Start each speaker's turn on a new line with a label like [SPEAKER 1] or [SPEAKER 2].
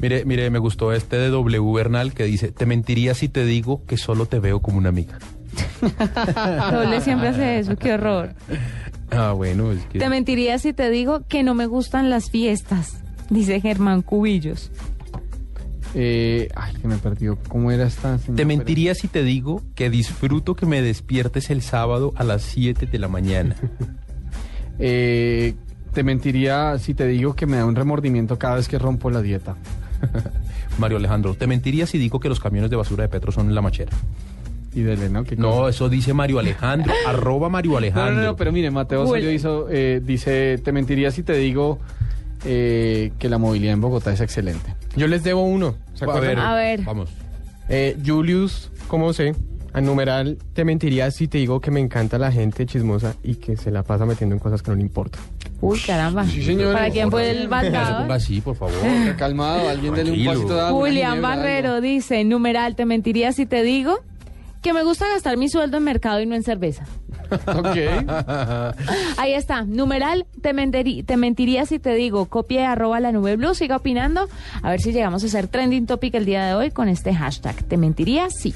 [SPEAKER 1] Mire, mire, me gustó este de W Bernal que dice, te mentiría si te digo que solo te veo como una amiga.
[SPEAKER 2] Doble siempre hace eso, qué horror.
[SPEAKER 1] Ah, bueno, es que...
[SPEAKER 2] Te mentiría si te digo que no me gustan las fiestas, dice Germán Cubillos.
[SPEAKER 3] Eh, ay, que me perdió. ¿Cómo era esta? señora?
[SPEAKER 1] Te mentiría si te digo que disfruto que me despiertes el sábado a las 7 de la mañana.
[SPEAKER 3] Eh, te mentiría si te digo que me da un remordimiento cada vez que rompo la dieta.
[SPEAKER 1] Mario Alejandro, te mentiría si digo que los camiones de basura de Petro son la machera.
[SPEAKER 3] Y dele, ¿no? ¿Qué
[SPEAKER 1] No,
[SPEAKER 3] cosa?
[SPEAKER 1] eso dice Mario Alejandro, arroba Mario
[SPEAKER 3] No,
[SPEAKER 1] Alejandro.
[SPEAKER 3] no, no, pero mire, Mateo
[SPEAKER 2] Uy.
[SPEAKER 3] Osorio hizo, eh, dice, te mentiría si te digo eh, que la movilidad en Bogotá es excelente.
[SPEAKER 4] Yo les debo uno. ¿se
[SPEAKER 1] A
[SPEAKER 4] acuerdan?
[SPEAKER 1] ver,
[SPEAKER 2] A ver.
[SPEAKER 1] vamos.
[SPEAKER 4] Eh, Julius, ¿cómo sé? Al numeral, te mentiría si te digo que me encanta la gente chismosa y que se la pasa metiendo en cosas que no le importan.
[SPEAKER 2] Uy, caramba.
[SPEAKER 3] Sí, señora.
[SPEAKER 2] ¿Para quién fue el
[SPEAKER 1] No se ponga
[SPEAKER 2] baldado?
[SPEAKER 1] así, por favor.
[SPEAKER 3] Calmado, alguien dele un
[SPEAKER 1] Tranquilo.
[SPEAKER 3] pasito de agua,
[SPEAKER 2] Julián
[SPEAKER 3] ginebra, algo.
[SPEAKER 2] Barrero dice, numeral, te mentiría si te digo que me gusta gastar mi sueldo en mercado y no en cerveza.
[SPEAKER 3] Ok.
[SPEAKER 2] Ahí está, numeral, te, menteri- te mentiría si te digo, copia arroba la nube blue, siga opinando, a ver si llegamos a ser trending topic el día de hoy con este hashtag, te mentiría si.